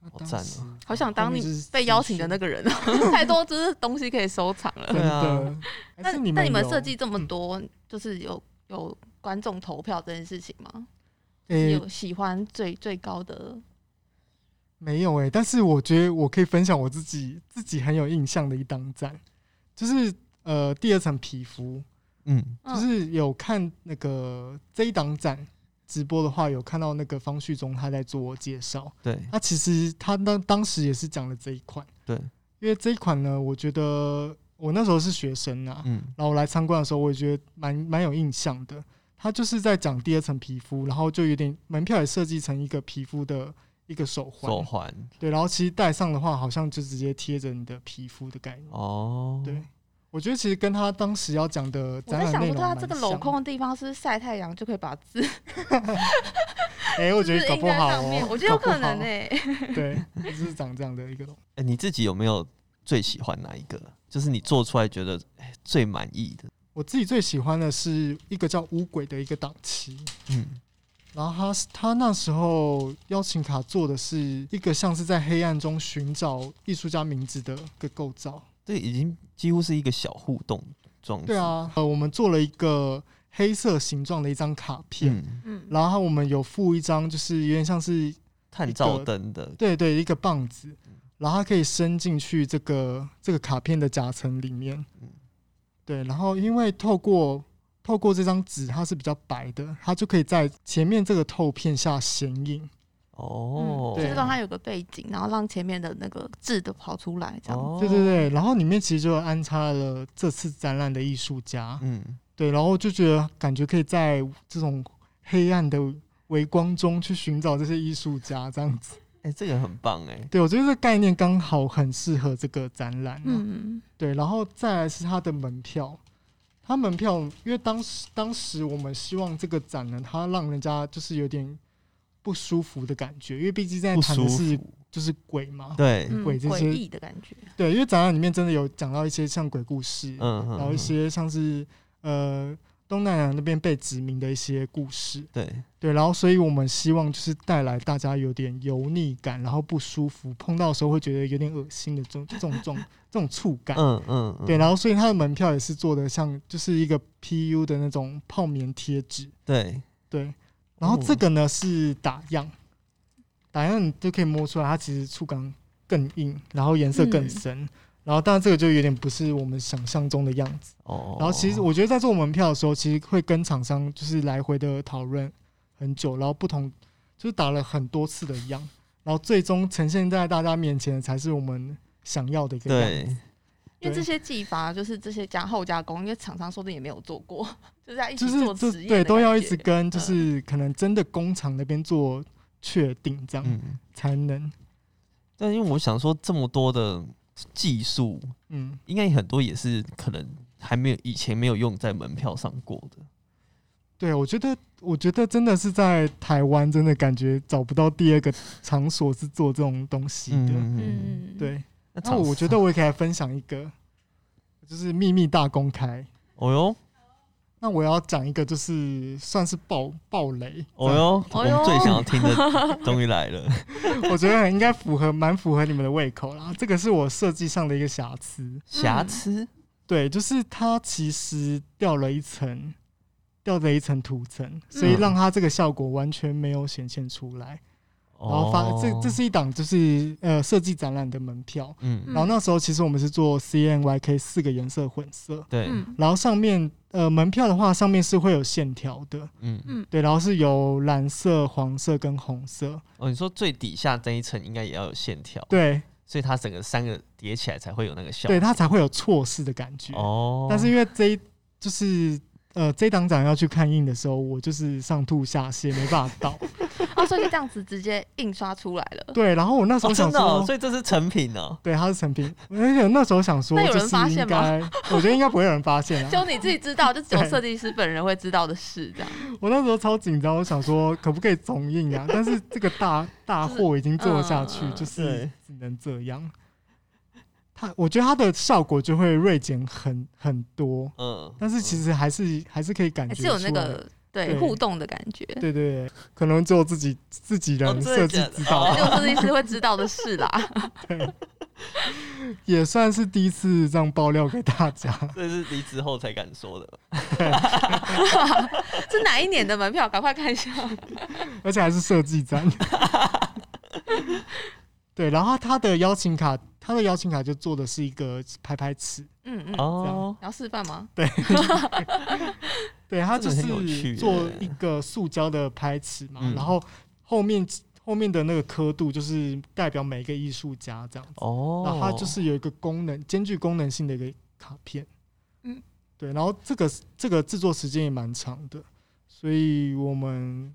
那
好
当
赞哦
时
好想当
后面就
你
是
被邀请的那个人哦， 太多就是东西可以收藏了。
真
对啊
的。
那
还是你
那你们
有嗯
设计这么多，就是有有观众投票这件事情吗？
诶、
有喜欢最最高的
没有诶、欸但是我觉得我可以分享我自己自己很有印象的一档展，就是呃第二层皮肤，
嗯，
嗯
就是有看那个这一档展直播的话，有看到那个方旭中他在做介绍，
对
他其实他当当时也是讲了这一款，
对，
因为这一款呢，我觉得我那时候是学生啊，
嗯
然后我来参观的时候，我也觉得蛮蛮有印象的。他就是在讲第二层皮肤，然后就有点门票也设计成一个皮肤的一个手环，
手环
对，然后其实戴上的话，好像就直接贴着你的皮肤的概念。
哦，
对，我觉得其实跟他当时要讲的
我
展
在
览
想
内
说，
容
它
蛮
这
像
个
的。
镂空的地方是不是晒太阳就可以把字，
哎、
就
我觉
是
得 搞
印
不
在
好
上
哦
面，，我觉得有
搞不
可能欸
好
诶。
对，就是长这样的一个东西。
哎，你自己有没有最喜欢哪一个？就是你做出来觉得哎最满意的？
我自己最喜欢的是一个叫乌鬼的一个档期，
嗯，
然后他是他那时候邀请卡做的是一个像是在黑暗中寻找艺术家名字的一个构造。
这已经几乎是一个小互动装置。
对，啊，呃，我们做了一个黑色形状的一张卡片，
嗯，
嗯，
然后我们有附一张就是有点像是
探照灯的
对对一个棒子，然后它可以伸进去这个这个卡片的夹层里面
嗯。
对，然后因为透过透过这张纸，它是比较白的，它就可以在前面这个透片下显影。
哦，
就是
对
让它有个背景，然后让前面的那个字都跑出来，这样。
哦，
对对，对，然后里面其实就安插了这次展览的艺术家，
嗯，
对，然后就觉得感觉可以在这种黑暗的微光中去寻找这些艺术家，这样子。
哎，这个很棒哎，
对，我觉得这概念刚好很适合这个展览、嗯，
嗯，
对，然后再来是它的门票，它门票，因为当时当时我们希望这个展呢，它让人家就是有点不舒服的感觉，因为毕竟在
不
谈的
舒
是
服。
就是鬼嘛，
对，
嗯
鬼哎这
诡
些
异的感觉，
对，因为展览里面真的有讲到一些像鬼故事，
嗯，
然后一些像是呃东南亚那边被殖民的一些故事，
对，
对，然后所以我们希望就是带来大家有点油腻感，然后不舒服，碰到的时候会觉得有点恶心的这种这种这种这种触感。
嗯嗯，嗯
对，然后所以它的门票也是做的像就是一个 PU 的那种泡棉贴纸，
对，
对。然后这个呢是打样，打样你就可以摸出来，它其实触感更硬，然后颜色更
嗯
深。然后，当然这个就有点不是我们想象中的样子。
哦，
然后其实我觉得在做门票的时候，其实会跟厂商就是来回的讨论很久，然后不同就是打了很多次的样，然后最终呈现在大家面前的才是我们想要的一个样
对
子。
因为
对
这些技法就是这些加后加工，因为厂商说不定也没有做过，就是在一
就
起
是
做
这
实验的感觉，嗯
对都要一直跟就是可能真的工厂那边做确定，这样、
嗯，
才能
但因为我想说这么多的技术，
嗯
应该很多也是可能还没有以前没有用在门票上过的。
对我觉得我觉得真的是在台湾真的感觉找不到第二个场所是做这种东西的，
嗯，
嗯，
对。
那
那我觉得，我也可以来分享一个，就是秘密大公开。
哦哟，
那我要讲一个，就是算是爆爆雷，
哦哟，我
哦
们
哟
最想要听的终于来了。
我觉得很应该符合，蛮符合你们的胃口啦。这个是我设计上的一个瑕疵，
瑕疵，
对，就是它其实掉了一层，掉了一层涂层，所以
嗯
让它这个效果完全没有显现出来。然后发
哦
这这，是一档就是呃设计展览的门票，
嗯，
然后那时候其实我们是做 CNYK 四个颜色混色，
对，
嗯
然后上面呃门票的话，上面是会有线条的，
嗯，
嗯，
对，然后是有蓝色、黄色跟红色，
哦，你说最底下这一层应该也要有线条，
对
所以它整个三个叠起来才会有那个效
对，它才会有错视的感觉。
哦，
但是因为这一就是呃这一档展要去看印的时候，我就是上吐下泻，没办法倒。
哦，所以就这样子直接印刷出来 了。
对，然后我那时
哦
候想
真的
说，
哦，所以这是成品哦。
对，它是成品，而且那时候想说
那有
就
人
是
发
应
现
该
吗，
我觉得应该不会有人发现 啊。
就你自己知道，就只有
对
设计师本人会知道的事，这样。
我那时候超紧张，我想说可不可以重印啊？但是这个 大大货已经做下去，
嗯
就是
对
只能这样。它，我觉得它的效果就会锐减很很多，
嗯，
但是其
实
实还是还是可以感
还
觉
是哎有那
出来。欸
个对
对
互动的感觉，
对对对，可能只有自己自己人设计知道吧，
只有设计师会知道的事啦。
也算是第一次这样爆料给大家。
这是离职后才敢说的。
是哪一年的门票？赶快看 一下。
而且还是设计展。对，然后他的邀请卡，他的邀请卡就做的是一个拍拍尺，
嗯嗯，你
哦，
要示范吗？
对，他就
这个很有趣
是
耶
做一个塑胶的拍尺嘛，
嗯
然后后面后面的那个刻度就是代表每一个艺术家这样子，
哦，
然后它就是有一个功能兼具功能性的一个卡片，
嗯，
对，然后这个这个制作时间也蛮长的，所以我们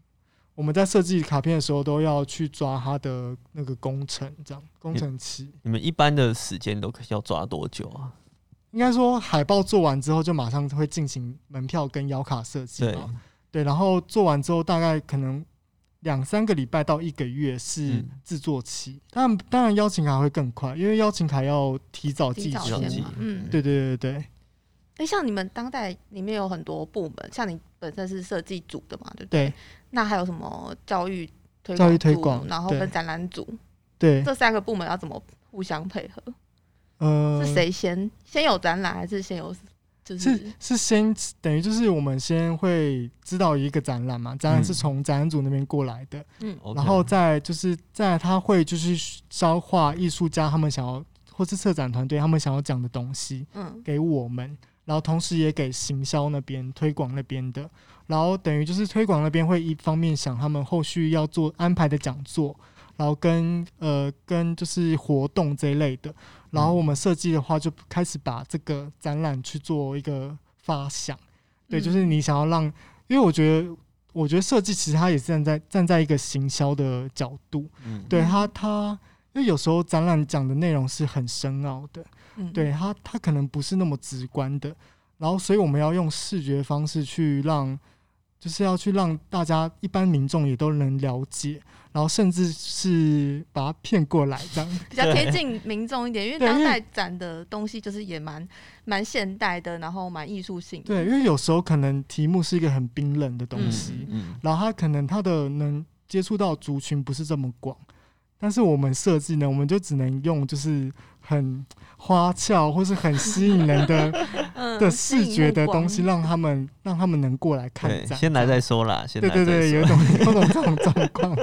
我们在设计卡片的时候都要去抓它的那个工程，这样工程期。
你们一般的时间都要抓多久啊？
应该说，海报做完之后就马上会进行门票跟摇卡设计
对，
嘛，对，然后做完之后大概可能两三个礼拜到一个月是
嗯
制作期，当然当然邀请卡会更快，因为邀请卡要提早
提
寄
早
出
先
先
嘛
嘛。嗯，
对对对对
哎，像你们当代里面有很多部门，像你本身是设计组的嘛，对不对？
对
那还有什么教育推
教育
广
推
组
广
然后
对
跟展览组
对，
这三个部门要怎么互相配合？
呃，
是谁先先有展览，还是先有就是
是是先等于就是我们先会知道一个展览嘛，展览是
嗯
从展览组那边过来的，
嗯
OK
然后再就是在他会就是消化艺术家他们想要或是策展团队他们想要讲的东西
嗯
给我们，然后同时也给行销那边推广那边的，然后等于就是推广那边会一方面想他们后续要做安排的讲座。然后跟呃跟就是活动这一类的，然后我们设计的话就开始把这个展览去做一个发想，
嗯
对，就是你想要让，因为我觉得，我觉得设计其实它也是站在站在一个行销的角度，
嗯，
对
嗯
它它，因为有时候展览讲的内容是很深奥的，
嗯
对它它可能不是那么直观的，然后所以我们要用视觉方式去让，就是要去让大家一般民众也都能了解，然后甚至是把它骗过来这样。
比较贴近民众一点，因为
对
当
因为
代展的东西就是也蛮蛮现代的，然后蛮艺术性的。
对，因为有时候可能题目是一个很冰冷的东西，
嗯嗯，
然后它可能它的能接触到族群不是这么广，但是我们设计呢，我们就只能用就是很花俏或是很吸引 人的
嗯
的
吸引
视觉的
目光
东西，让他们让他们能过来看
对，
展。
先来再说啦，先来
对对对，
再
有
说
一 种有一种这种状况。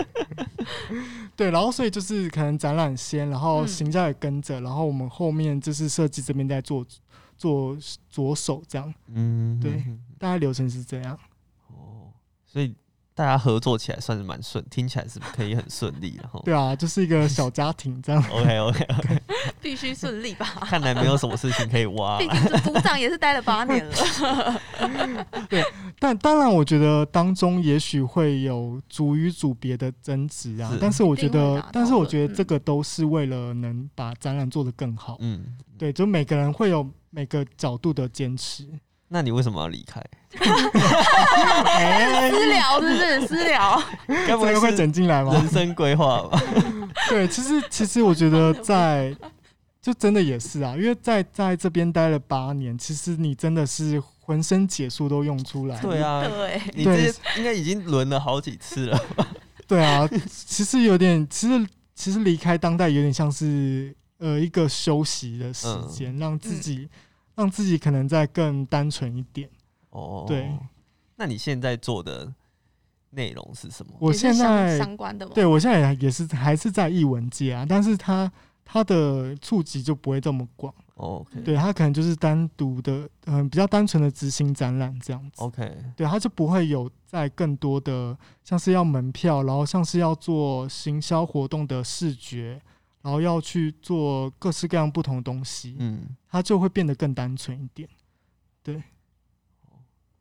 对，然后所以就是可能展览先，然后
嗯
行销也跟着，然后我们后面就是设计这边在做做着手这样，
嗯，
对
嗯，
大概流程是这样。
哦，所以大家合作起来算是蛮顺，听起来是可以很顺利的哈。
对啊，就是一个小家庭这样。
OK OK，
必须顺利吧？
看来没有什么事情可以挖
毕
啦。
竟这组长也是待了八年了，
但当然，我觉得当中也许会有组与组别的争执啊
是，
但是我觉
一定会
得
打，
但是我觉
到的
得
嗯
这个都是为了能把展览做得更好。
嗯，
对，就每个人会有每个角度的 坚持。
那你为什么要离开？
哎、
私聊是不是？私聊，
该不
这个
会
会
是
整进来吗
人？生规划 吧？
对，其实其实我觉得在就真的也是啊，因为在在这边待了八年，其实你真的是浑身解数都用出来。
对啊，
对，
你这应该已经轮了好几次了。
对啊，其实有点，其实其实离开当代有点像是呃一个休息的时
嗯
间，让
嗯
自己、让自己可能再更单纯一点。
哦，
对，
那你现在做的内容是什么？
也
我
是
现在
相相关的嘛，
对我现在也是还是在译文界啊，但是它它的触及就不会这么广，
哦
对它可能就是单独的，嗯、比较单纯的执行展览这样子。
，OK，
对，它就不会有在更多的像是要门票，然后像是要做行销活动的视觉，然后要去做各式各样不同的东西，
嗯，
它就会变得更单纯一 点。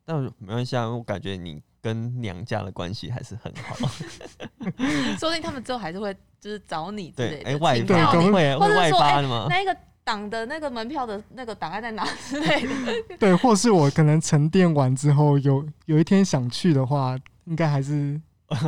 但我没关系啊，我感觉你跟娘家的关系还是很 好。
说不定他们之后还是会就是找你之
对
类，的，
哎，外
请
对
教
发
搞
你
不
会
或
会
者说哎
外发的吗？
那一个党的那个门票的那个档案在哪之类的，
对，或是我可能沉淀完之后，有有一天想去的话，应该还是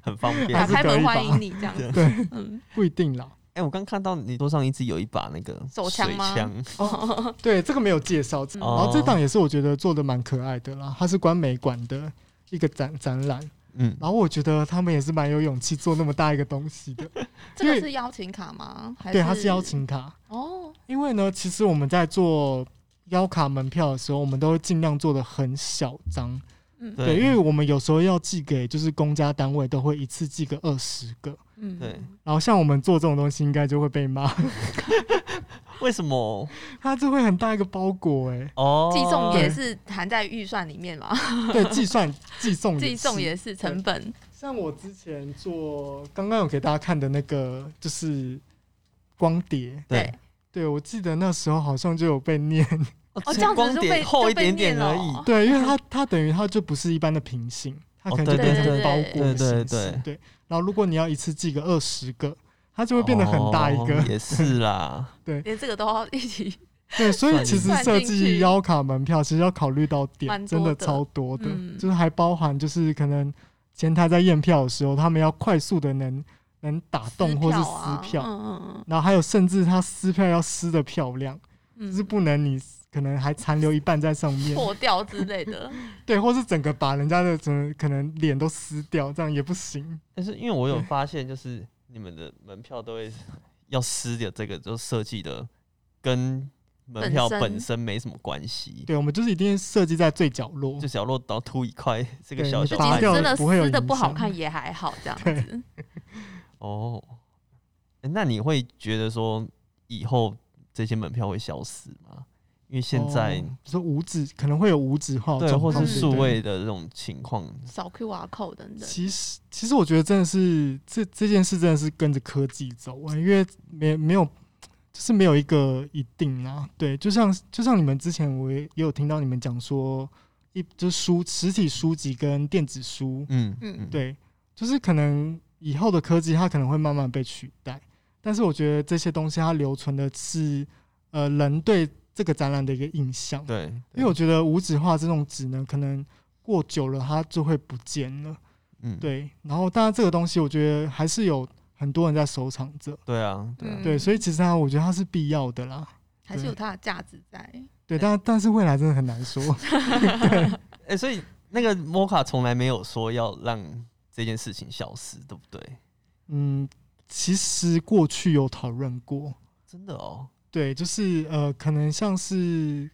很方便。
打
还是
哎、
开
可
门
以吧
欢迎你这样子，
对，
嗯，
不一定啦。
我刚看到你桌上一直有一把那个
手枪
水
吗
枪，
对，这个没有介绍。
嗯
然后这档也是我觉得做的蛮可爱的啦，它是关美馆的一个展展览，
嗯，
然后我觉得他们也是蛮有勇气做那么大一个东西的。
这个是邀请卡吗？还
对，它是邀请卡。
哦，
因为呢，其实我们在做邀卡门票的时候，我们都会尽量做的很小张，
嗯
对
对，因为我们有时候要寄给就是公家单位，都会一次寄个二十个。
嗯
对，
然后像我们做这种东西，应该就会被骂，
为什么？
它就会很大一个包裹 哎、
哦，
寄送也是含在预算里面嘛，
对，计算寄送
寄送
是
也是成本，
像我之前做刚刚有给大家看的那个就是光碟，
对。
对我记得那时候好像就有被念，
哦这样子
光
就被
点厚一点点而
就被念了
已
哦。
对，因为它它等于它就不是一般的平行，它可能就
哦对
变
对
成
对
包裹
对
的
对对
形式。对，然后如果你要一次寄个二十个，它就会变得很大一个。
哦也是啦，
连这个都要一起，
对，所以其实
算进
设
去
计邀卡门票其实要考虑到点
蛮
真
多
的
的
超多的，
嗯
就是还包含就是可能前台在验票的时候，他们要快速的能能打动或是
撕
撕
啊
票，
嗯嗯
然后还有甚至他撕票要撕的漂亮，
嗯
就是
嗯，
不能你可能还残留一半在上面，
破掉之类 的，
对，或是整个把人家的整可能脸都撕掉，这样也不行。
但是因为我有发现，就是你们的门票都会要撕掉这个，就设计的跟门票
本身
本身没什么关系，
对，我们就是一定设计在最角落
就。是要落刀凸一块这个
对
小
你
小
就即
就拔
使
块
掉
真
了
的
不会有
撕的
影
不好
响
看也还好这样子，
哦、欸那你会觉得说以后这些门票会消失吗？因为现在、
哦说无纸可能会有无纸化，
对，或是
嗯
数位的这种情况，
扫 QR code 等等，
其实，其实我觉得真的是这这件事真的是跟着科技走啊，因为没没有，就是没有一个一定啊。对，就像就像你们之前我也也有听到你们讲说，一就是书实体书籍跟电子书，
嗯
嗯
嗯，
对，就是可能以后的科技它可能会慢慢被取代，但是我觉得这些东西它留存的是呃人对这个展览的一个印象。
对，
因为我觉得无纸化这种纸呢，可能过久了它就会不见了。
嗯
对，然后当然这个东西，我觉得还是有很多人在收藏着。
对啊，对啊，
嗯
对，所以其实它，我觉得它是必要的啦。
还是有它的价值在。
对，但但是未来真的很难说。
哎、所以那个摩卡从来没有说要让这件事情消失，对不对？
嗯，其实过去有讨论过，
真的哦，
对，就是呃，可能像是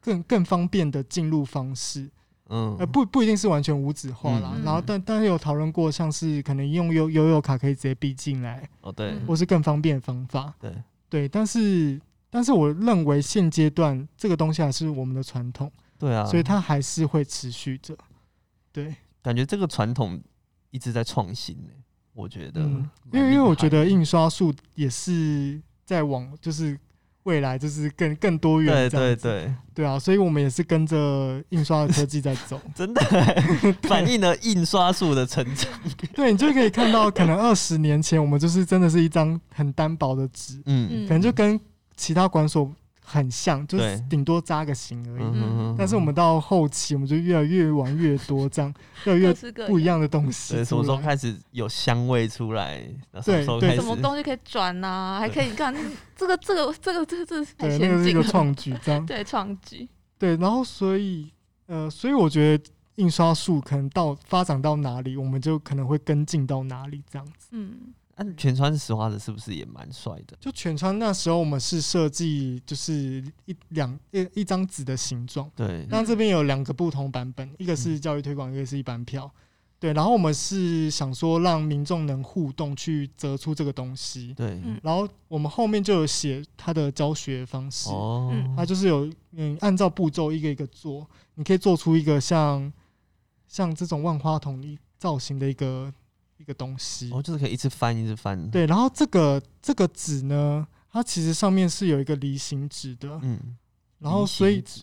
更更方便的进入方式，
嗯，
呃，不不一定是完全无纸化啦。
嗯
然后但但是有讨论过，像是可能用悠悠悠卡可以直接逼进来，
哦，对，
嗯
或是更方便的方法。
对，
对，但是但是我认为现阶段这个东西还是我们的传统，
对啊，
所以它还是会持续着。对，
感觉这个传统一直在创新呢、我觉得
嗯
蛮厉害的，
因为因为我觉得印刷术也是在往就是未来就是更更多元
对
这样
对
子
对，
对啊，所以我们也是跟着印刷的科技在走。
真的、 欸、反映了印刷术的成长。
对你就可以看到，可能二十年前我们就是真的是一张很单薄的纸，
嗯
可能就跟其他馆所很像，就是
对
顶多扎个型而
嗯
已。
哼哼
但是我们到后期，我们就越来越玩越多， 这样越来
各
越
式各
不一
样，
样的东西出
对
来。
什么时候开始有香味出来？那什么
对
时候
对
开始
什么东西可以转呐、还可以 干这个这个这个这个这个太
对，那
先
个是一
进
个
了。
创举，这样
对创举，
对。然后所以呃，所以我觉得印刷术可能到发展到哪里，我们就可能会跟进到哪里，这样。
嗯，
那啊全川石花子是不是也蛮帅的？
就全川那时候我们是设计就是一两一一张纸的形状，
对，
那这边有两个不同版本，一个是教育推广，一个是一般票。对，然后我们是想说让民众能互动去折出这个东西，
对，
嗯
然后我们后面就有写它的教学方式，
哦，
嗯
它就是有嗯按照步骤一个一个做，你可以做出一个像像这种万花筒一造型的一个一个东西。
哦，就是可以一直翻，一直翻。，
对，然后这个这个纸呢，它其实上面是有一个离型纸的，
嗯，
然后所
菱
以
形纸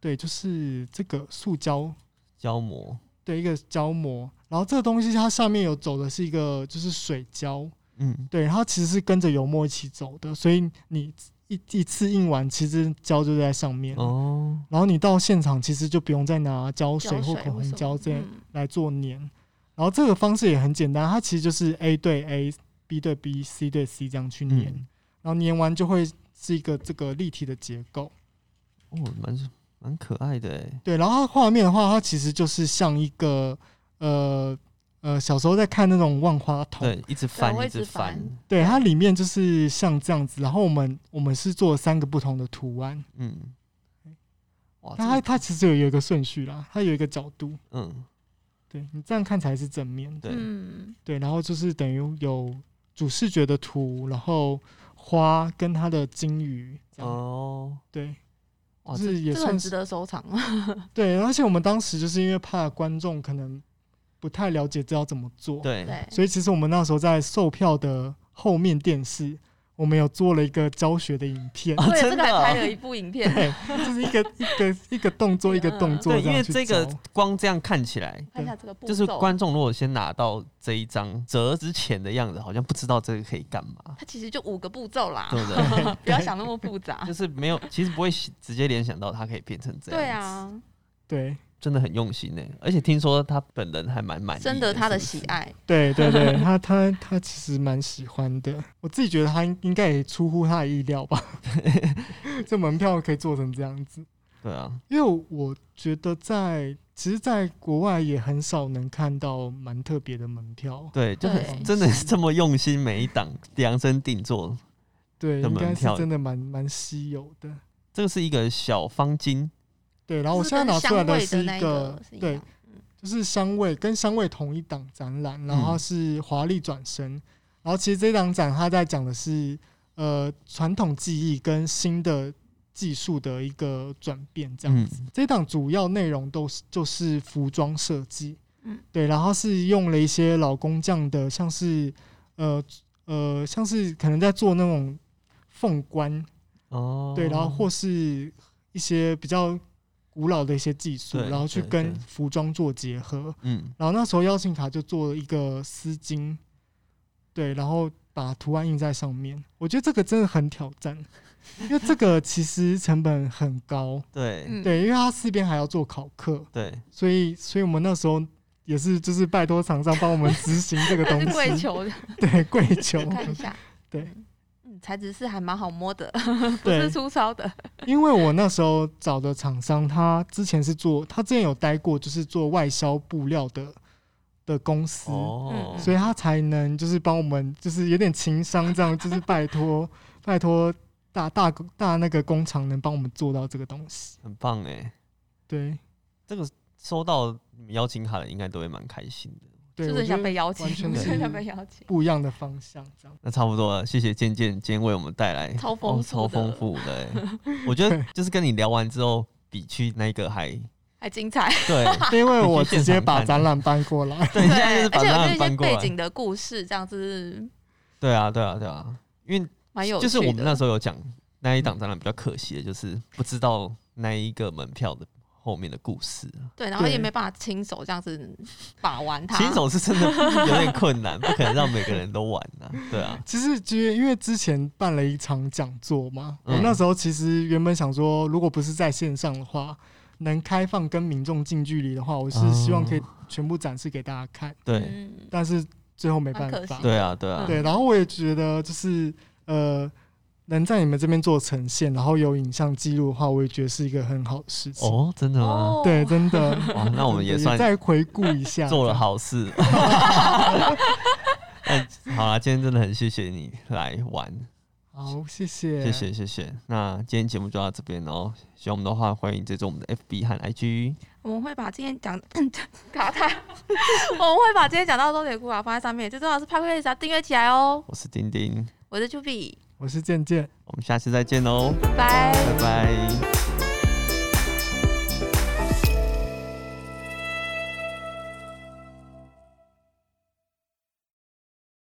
对，就是这个塑胶
胶膜，
的一个胶膜，然后这个东西它下面有走的是一个就是水胶，
嗯，
对，它其实是跟着油墨一起走的，所以你一一次印完，其实胶就在上面了，
哦，
然后你到现场其实就不用再拿胶水
胶
或
水
口
或什
红
么
胶这样
嗯
来做粘，然后这个方式也很简单，它其实就是 A 对 A，B 对 B，C 对 C 这样去粘。
嗯，
然后粘完就会是一个这个立体的结构。
哦，蛮蛮可爱的哎，
对，然后它画面的话，它其实就是像一个呃呃，小时候在看那种万花筒，
对，一直翻
我，会
一
一
直
直翻
翻，
对它里面就是像这样子。然后我们我们是做了三个不同的图案，
嗯，哇，
哎但
哦这
它
个
它其实有有一个顺序啦，它有一个角度。
嗯，
对你这样看起来是正面的，
对，
嗯，
对，然后就是等于有主视觉的图，然后花跟它的金鱼，这样、
哦，
对，
哇，
就
这
是也
这个很
算
值
是
得收藏。啊
对，而且我们当时就是因为怕观众可能不太了解这要怎么做，
对，
对，
所以其实我们那时候在售票的后面电视，我们有做了一个教学的哦影片，
啊
对，
真的
这个还拍
啊
了一部影 片，
对，就是一个一个一个动作一个动作
对，
这
因为
样去
这个
教
光这样看起来，
看一下这个步
就
骤，
是观众如果先拿到这一张折之前的样子，好像不知道这个可以干嘛，
它其实就五个步骤啦，
对不对？
不要想那么 复杂
就。是没有，其实不会直接联想到它可以变成这样。
对，啊，
对
真的很用心呢。而且听说他本人还蛮满意，
深得他的啊
是不
喜
是。
爱。
对对对，他他他其实蛮喜欢的，我自己觉得他应应该也出乎他的意料吧， 这门票可以做成这样子，
对啊，
因为我觉得在其实，在国外也很少能看到蛮特别的门票，
对，就
对
很真的是这么用心，每一档量身定做。
对，
的
应
门
该是
票欸
真的蛮蛮稀有的。
这个是一个小方巾，
对，然后我
就是
现在拿
跟
出来
香味
是一
那
个
个是一
对
样，，
就是香味跟香味同一档展览，然后它是华丽转身，
嗯
然后其实这档展它在讲的是呃传统技艺跟新的技术的一个转变这
嗯
样子。这档主要内容都是就是服装设计，
嗯
对，然后是用了一些老工匠的，像是呃呃像是可能在做那种凤冠，
哦，
对，然后或是一些比较古老的一些技术，
对
然后去
对
跟
对
服装做结合。
嗯，
然后那时候邀请卡就做了一个丝巾，对，然后把图案印在上面。我觉得这个真的很挑战， 因为这个其实成本很高，
对
嗯，
对，因为它四边还要做考课，
对，
所以所以我们那时候也是就是拜托厂商帮我们执行这个东
是跪
西，
求的，
对，跪求，
看 一下，
对
嗯，嗯，材质是还蛮好摸的，不
对
是，粗糙的，
因为我那时候找的厂商，他之前是做，他之前有待过就是做外销布料的的公司，
哦，
嗯所以他才能就是帮我们，就是有点情商这样，就是拜托拜托大大大那个工厂能帮我们做到这个东西。
很棒哎，
对，
这个收到你们邀请卡的应该都会蛮开心的。
对，
就是
我
很
觉
想被
得
邀请，
完全
就是很想被邀请，
不一样的方向这样。
那差不多了，谢谢健健今天为我们带来
超丰
哦
富的
超丰富的欸。我觉得就是跟你聊完之后，比去那个 还
还精彩。
对
因为我
你去
直
现
接
场
把
看
展览搬过来，
对，现在就是
而
把他
且我觉得
们
一些
搬过来
背。景的故事，这样子
对啊，对啊，对啊，因为
蛮有
就
趣的。
是我们那时候有讲那一档展览比较可惜的，就是不知道那一个门票的后面的故事啊。
对，然后
对
也没办法亲手这样子把玩它。
新手是 真的有点困难，不可能让每个人都玩啊。对啊，
其实，就是因为之前办了一场讲座嘛，
嗯
我那时候其实原本想说，如果不是在线上的话，能开放跟民众近距离的话，我是希
哦
望可以全部展示给大家看。
对，
嗯，
但是最后没办
蛮可
法
惜，
对啊，对啊，
对。然后我也觉得，就是呃，能在你们这边做呈现，然后有影像记录的话，我也觉得是一个很好的事情。
哦，真的吗？
哦，
对，，真的。
哇， 那我们也
真的
算
再回顾一下，
做了好事。那好啦，今天真的很谢谢你来玩，
这样。好，谢谢，
谢谢谢谢。那今天节目就到这边哦，喜欢我们的话，欢迎追踪我们的 FB 和 IG。
我们会把今天讲打他， 我们会把今天讲到的重点故法啊放在上面。最重要的是 p a c k a g e 要订阅起来哦。
我是丁丁，
我是 j u b y
我是健健。
我们下次再见喽，
拜。
哦拜拜。